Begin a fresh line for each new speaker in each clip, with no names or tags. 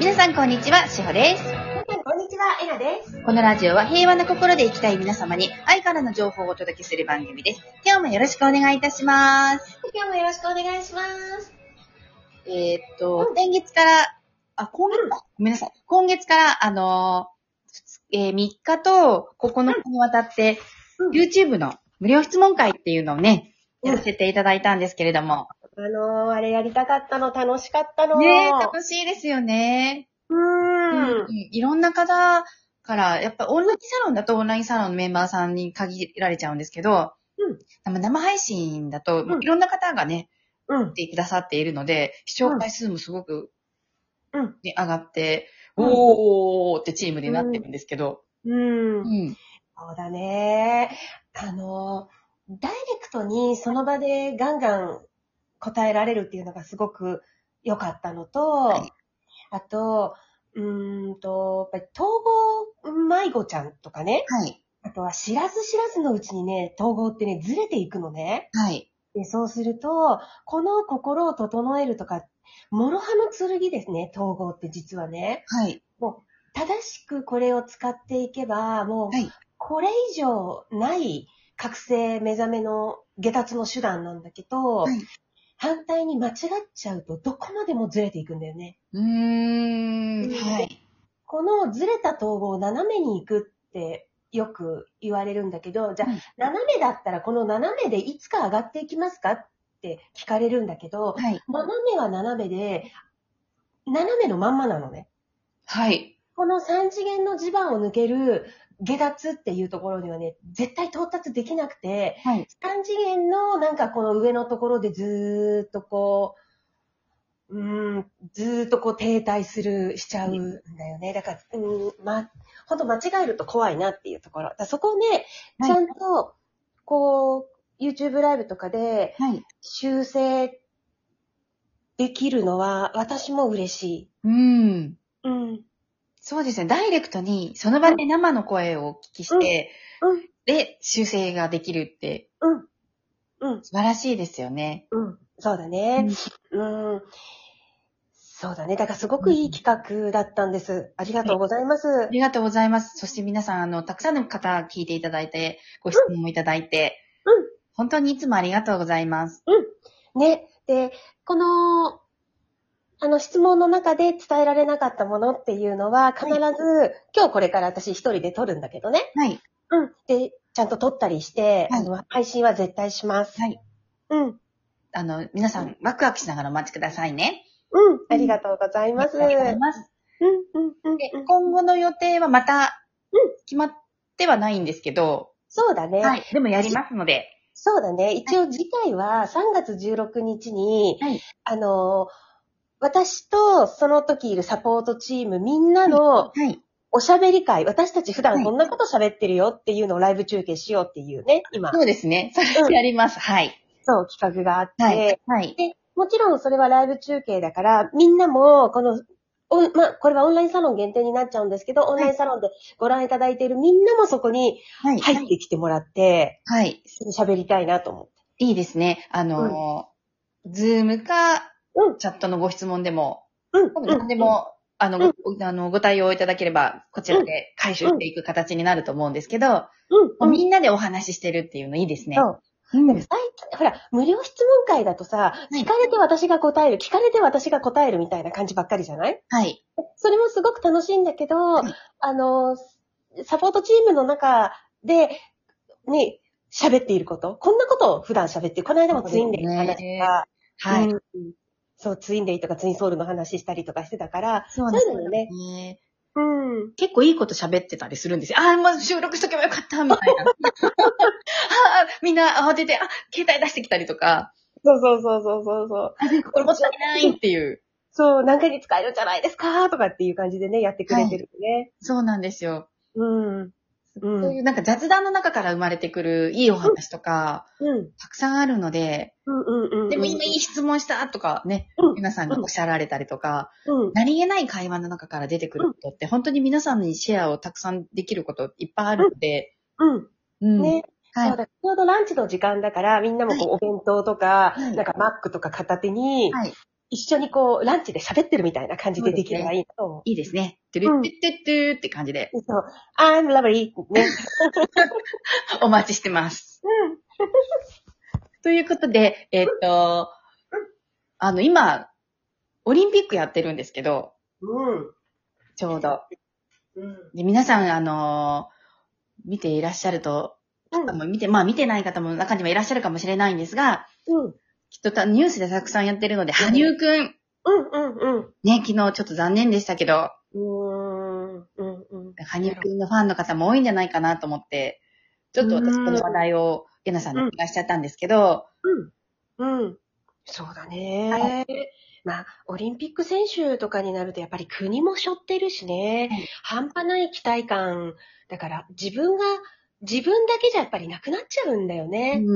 皆さんこんにちは、しほです。
こんにちは、えなです。
このラジオは平和な心で生きたい皆様に愛からの情報をお届けする番組です。今日もよろしくお願いいたします。
今日もよろしくお願いします。
えーっと、先月から、あ、今月か、ごめんなさい。今月から、あのーえー3日と9日にわたって、
うん
YouTube の無料質問会っていうのをね、
うん
やらせていただいたんですけれども。
あのー、あれやりたかったの、楽しかったの。
ねえ、楽しいですよね。
う
う
ー
ん
ん。
いろんな方から、やっぱオンラインサロンだとオンラインサロンのメンバーさんに限られちゃうんですけど、
うん
生生配信だと、
うん
いろんな方がね、
うん
見。てくださっているので、視聴回数もすごく、
うん
ね、上がって、
うん
おーってチームでなってるんですけど、
うん。
うん。
そうだね。あのー、ダイレクトにその場でガンガン答えられるっていうのがすごく良かったのと、
はい
あと、うーんと、やっぱり統合迷子ちゃんとかね、
はい。
あとは知らず知らずのうちにね、統合ってね、ずれていくのね。
はい。
で、そうすると、この心を整えるとか、諸刃の剣ですね、統合って実はね。
はい。
正しくこれを使っていけば、もう
はい、
これ以上ない覚醒目覚めの下達の手段なんだけど、
はい
反対に間違っちゃうと、どこまでもずれていくんだよね。
うーん。はい。
このずれた統合を斜めに行くって、よく言われるんだけど、じゃあ
うん、
斜めだったらこの斜めでいつか上がっていきますかって聞かれるんだけど、
はい。
斜めは斜めで、斜めのまんまなのね。
はい。
この三次元の地盤を抜ける下脱っていうところにはね、絶対到達できなくて、
はい。
三次元のなんかこの上のところでずーっとこう、うーん、ずーっとこう停滞する、しちゃうんだよね。だから、うーん、ま、ほんと間違えると怖いなっていうところ。だからそこをね、
はい
ちゃんと、こう、YouTube ライブとかで、
はい。
修正できるのは私も嬉しい。
うん。
うん。
そうですね。ダイレクトに、その場で生の声をお聞きして、
うんうん
で、修正ができるって、
うん。うん。
素晴らしいですよね。
うん。そうだね。うん。そうだね。だからすごくいい企画だったんです。ありがとうございます。
ありがとうございます。そして皆さん、あの、たくさんの方聞いていただいて、ご質問もいただいて、
うんうん
本当にいつもありがとうございます。
ね。で、この、あの質問の中で伝えられなかったものっていうのは必ず、今日これから私一人で撮るんだけどね。
はい。
うん。で、ちゃんと撮ったりして、
はい
あの配信は絶対します。
はい。
うん。
あの、皆さん、ワクワクしながらお待ちくださいね。
うん。ありがとうございます。
ありがとうございます。
うんうんうん
で
うん
今後の予定はまた、決まってはないんですけど、
そうだね。
はい。でもやりますので、
そうだね。一応次回は3月16日に、
はい
あのー、私とその時いるサポートチームみんなの
はい。
おしゃべり会、私たち普
は
段
い
こんなこと喋ってるよっていうのをライブ中継しようっていうね、今、
そうですね。それでやります。はい。
そう企画があって、
はい。はい。
で、もちろんそれはライブ中継だから、みんなも、この、おまあ、これはオンラインサロン限定になっちゃうんですけど、オンラインサロンでご覧いただいているみんなもそこに
はい。
入ってきてもらって、
はい。
喋りたいなと思って。
いいですね。あのー、ズームか、
うん
チャットのご質問でも、
うん
多分何でも、あの、ごあのご対応いただければ、こちらで回収していく形になると思うんですけど、
うん。
みんなでお話ししてるっていうのいいですね。
そう。
うん
最近、ほら、無料質問会だとさ、
い
聞かれて私が答える、聞かれて私が答えるみたいな感じばっかりじゃない
はい。
それもすごく楽しいんだけど、
い
あの、サポートチームの中で、ね、喋っていること、こんなことを普段喋って、この間もツインデイの話と
そうですね
か、
はい。
うんそう、ツインデイとかツインソウルの話したりとかしてたから、
そうで
ですす
ね
ねうん。
結構いいこと喋ってたりするんですよ。ああ、まず収録しとけばよかった、みた いな。ああ、みんな慌てて、あ、携帯出してきたりとか、
そうそうそうそうそうそう。
あこれもったいないっていう。
そう、何回に使えるんじゃないですかとかっていう感じでね、やってくれてるね。
そうなんですよ。
うん。うん
そういうなんか雑談の中から生まれてくるいいお話とか、
うん。
たくさんあるので、
うんうんうん。
でも今いい質問したとかね、
うん
皆さんがおっしゃられたりとか、
うん。
何気ない会話の中から出てくることって、本当に皆さんにシェアをたくさんできることいっぱいあるので、
うん。
うん。
ね。
は
そう
い。
だ、ちょうどランチの時間だから、みんなもこう、お弁当とか、
はい
なんかマックとか片手に、
はい
一緒にこう、ランチで喋ってるみたいな感じでできればいいなと思う。
いいですね。トゥル
うん
ットゥットゥットゥって感じで、
そう。I'm lovely. ね。
お待ちしてます。ということで、えっと、あの、今、オリンピックやってるんですけど、
うん。
ちょうど。
うん。
で、皆さん、あのー見ていらっしゃると、
うん
あの見て、まあ見てない方も中にはいらっしゃるかもしれないんですが、
うん。
きっとたニュースでたくさんやってるので、羽生くん、
うん。うん。
ね、昨日ちょっと残念でしたけど、
うん。うん。うん。
羽生くんのファンの方も多いんじゃないかなと思って、ちょっと私この話題を、えなさんにお願いしちゃったんですけど、
うん。うん。そうだね。まあ、オリンピック選手とかになると、やっぱり国も背負ってるしね、
はい
半端ない期待感。だから、自分が、自分だけじゃやっぱりなくなっちゃうんだよ
う
ね。
ん。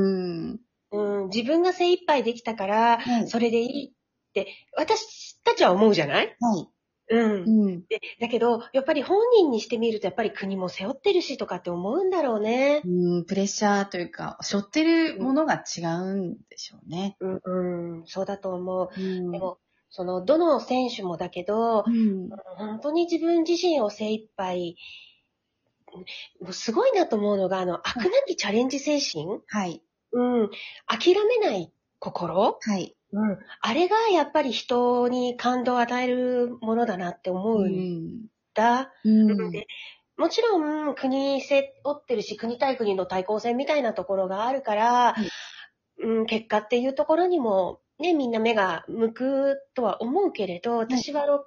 うん、自分が精一杯できたから、
はい。
それでいいって、私たちは思うじゃない
はい。
うん
う。ん。
でだけど、やっぱり本人にしてみると、やっぱり国も背負ってるしとかって思うんだろうね。
うん、プレッシャーというか、背負ってるものが違うんでしょうね。
うん、うん、そうだと思う。
うん
でも、その、どの選手もだけど、
うん。
本当に自分自身を精一杯、もうすごいなと思うのが、あの、悪なきチャレンジ精神
はい。
うん。諦めない心
はい。
うん。あれがやっぱり人に感動を与えるものだなって思
う
うん
ん。
だ。
うん。
でもちろん、国背負ってるし、国対国の対抗戦みたいなところがあるか
は
ら、
い
うん、結果っていうところにも、ね、みんな目が向くとは思うけれど、私はあの、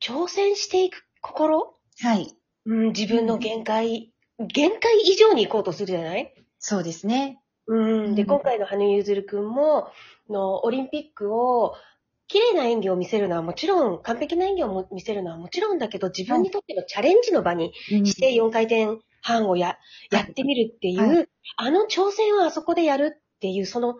挑戦していく心、
はい。
うん、自分の限界、限界以上に行こうとするじゃない
そうですね。
うん。
う
で、
ん
今回の羽生結弦くんも、の、オリンピックを、綺麗な演技を見せるのはもちろん、完璧な演技をも見せるのはもちろんだけど、自分にとってのチャレンジの場にして4回転半をや、
は
や
い
ってみるっていう、
は
あの挑戦をあそこでやるっていう、その、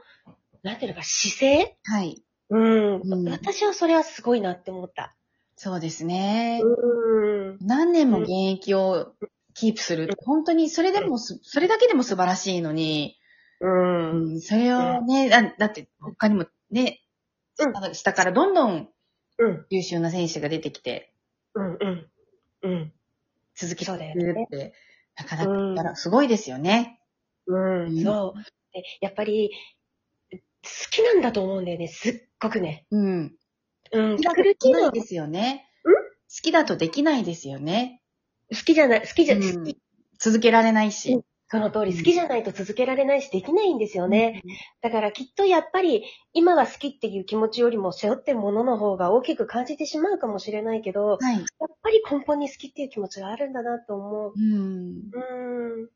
なんていうのか、姿勢
はい。
うん、
うん
私はそれはすごいなって思った。
そうですね。
うん。
何年も現役をキープするって。本当にそれでもす、それだけでも素晴らしいのに、
うん。
うんそれをね、だだって他にもね、
うん
あの下からどんどん
うん。
優秀な選手が出てきて、
うん。うん。うん。
続けて
そうだよ
る
ね
って、なかなかだからすごいですよね。
うん
うん
そう。でやっぱり、好きなんだと思うんだよね、すっごくね。
うん。
うん。
好きだ
作
とで
る
き
気
ない
分
ですよね。
う
好きだとできないですよね。
好きじゃない、好きじゃ、
うん
好き、
続けられないし。
その通り、
うん
好きじゃないと続けられないし、できないんですよね。だからきっとやっぱり、今は好きっていう気持ちよりも背負ってるものの方が大きく感じてしまうかもしれないけど、
はい。
やっぱり根本に好きっていう気持ちがあるんだなと思う。
うん。
うん。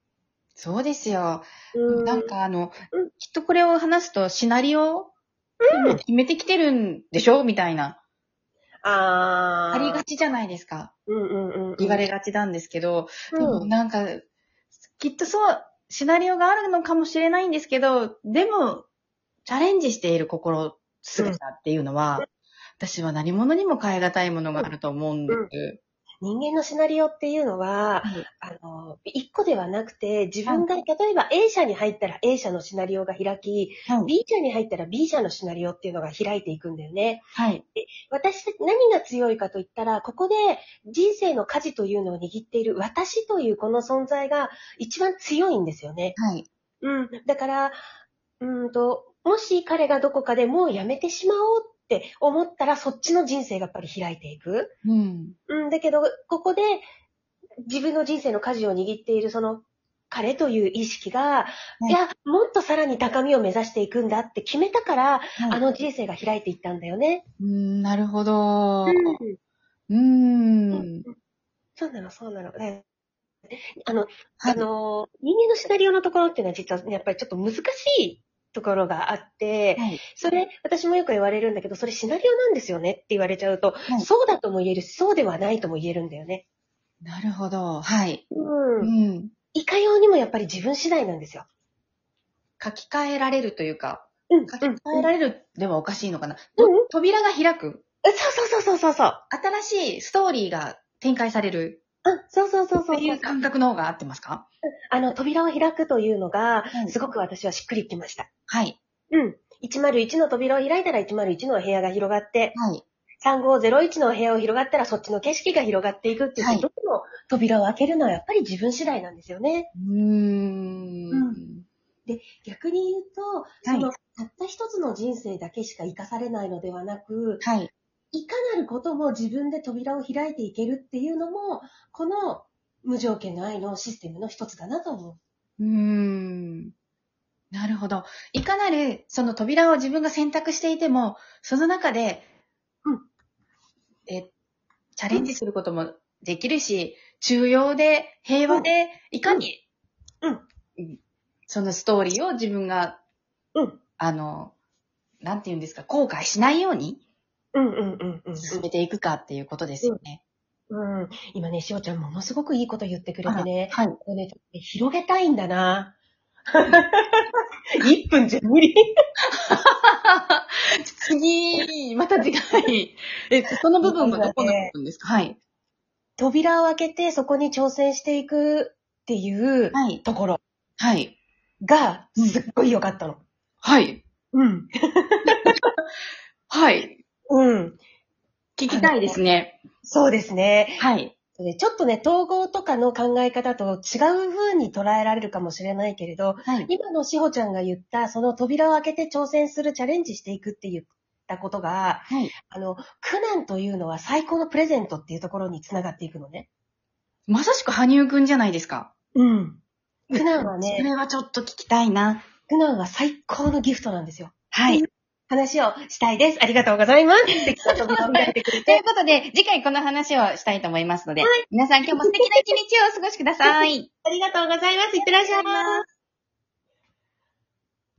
そうですよ。
うん。
なん、かあの
うん、
きっとこれを話すとシナリオ
うん
決めてきてるんでしょみたいな。
あ
あ
ー
りがちじゃないですか。
うんうんうんうん。
言われがちなんですけど、
う
でも
ん。
なんか、きっとそう、シナリオがあるのかもしれないんですけど、でも、チャレンジしている心、姿っていうのは、私は何者にも変え難いものがあると思うんです。
人間のシナリオっていうのは、
はい
あの、一個ではなくて、自分が、例えば A 社に入ったら A 社のシナリオが開き、
はい。
B 社に入ったら B 社のシナリオっていうのが開いていくんだよね。
はい。
私、何が強いかと言ったら、ここで人生の舵というのを握っている私というこの存在が一番強いんですよね。
はい。
うん。だから、うんと、もし彼がどこかでもうやめてしまおうって思ったら、そっちの人生がやっぱり開いていく。
うん。
うん、だけど、ここで自分の人生の舵を握っているその彼という意識が、
い
い、や、もっとさらに高みを目指していくんだって決めたから、
は
あ
い
の人生が開いていったんだよね。
うんなるほど。
うん
うん。
そうなの、そうなの。ねあの、
はい
あの、人間のシナリオのところっていうのは実はやっぱりちょっと難しいところがあって、
はい。
それ、私もよく言われるんだけど、それシナリオなんですよねって言われちゃうと、
い
そうだとも言えるし、そうではないとも言えるんだよね。
なるほど。はい。
う。
うんん。
いかようにもやっぱり自分次第なんですよ。
書き換えられるというか、
うん、うん、
書き換えられるではおかしいのかな。
うん
と扉が開く。
そうそうそうそうそうそう。
新しいストーリーが展開される
うん、そうそうそう
と
そう
い
そうう。
感覚の方が合ってますか
あの、扉を開くというのが
は、い
すごく私はしっくりきました。
はい。
うん。 101の扉を開いたら101のお部屋が広がって、
はい。
3501のお部屋を広がったらそっちの景色が広がっていくっていう、
はい
どこの扉を開けるのはやっぱり自分次第なんですよね。
うーん。
逆に言うと、
はい
その、たった一つの人生だけしか生かされないのではなく、
はい。
いかなることも自分で扉を開いていけるっていうのも、この無条件の愛のシステムの一つだなと思う。
うーん。なるほど。いかなる、その扉を自分が選択していても、その中で、
うん
え、チャレンジすることもできるし、中庸で、平和で、いかに、
うん
うんそのストーリーを自分が、
うん
あの、なんて言うんですか、後悔しないように
うんうんうんうん
進めていくかっていうことですよね。
うん、今ね、しおちゃんものすごくいいこと言ってくれてね、
はい。
これね、ちょっとね広げたいんだな。1分じゃ無理。
次、また次回。え、その部分がどこの部分ですかはい。
扉を開けてそこに挑戦していくっていう
はい。
ところ
はい。
がすっごい良かったの。
はい。
うん。
はい。
うん。
聞きたいですね。
そうですね。
はい。
でちょっとね、統合とかの考え方と違う風に捉えられるかもしれないけれど、
はい。
今のしほちゃんが言った、その扉を開けて挑戦する、チャレンジしていくって言ったことが、
はい。
あの、苦難というのは最高のプレゼントっていうところにつながっていくのね。
まさしく羽生くんじゃないですか。
うん。苦難は
そ
ね、
れはちょっと聞きたいな。
苦難は最高のギフトなんですよ。
はい。
話をしたいです。ありがとうございます。素敵な扉を開いてくれ
とい
て
う。ことで、次回この話をしたいと思いますので、皆さん今日も素敵な一日をお過ごしください。
ありがとうございます。いってらっしゃいます。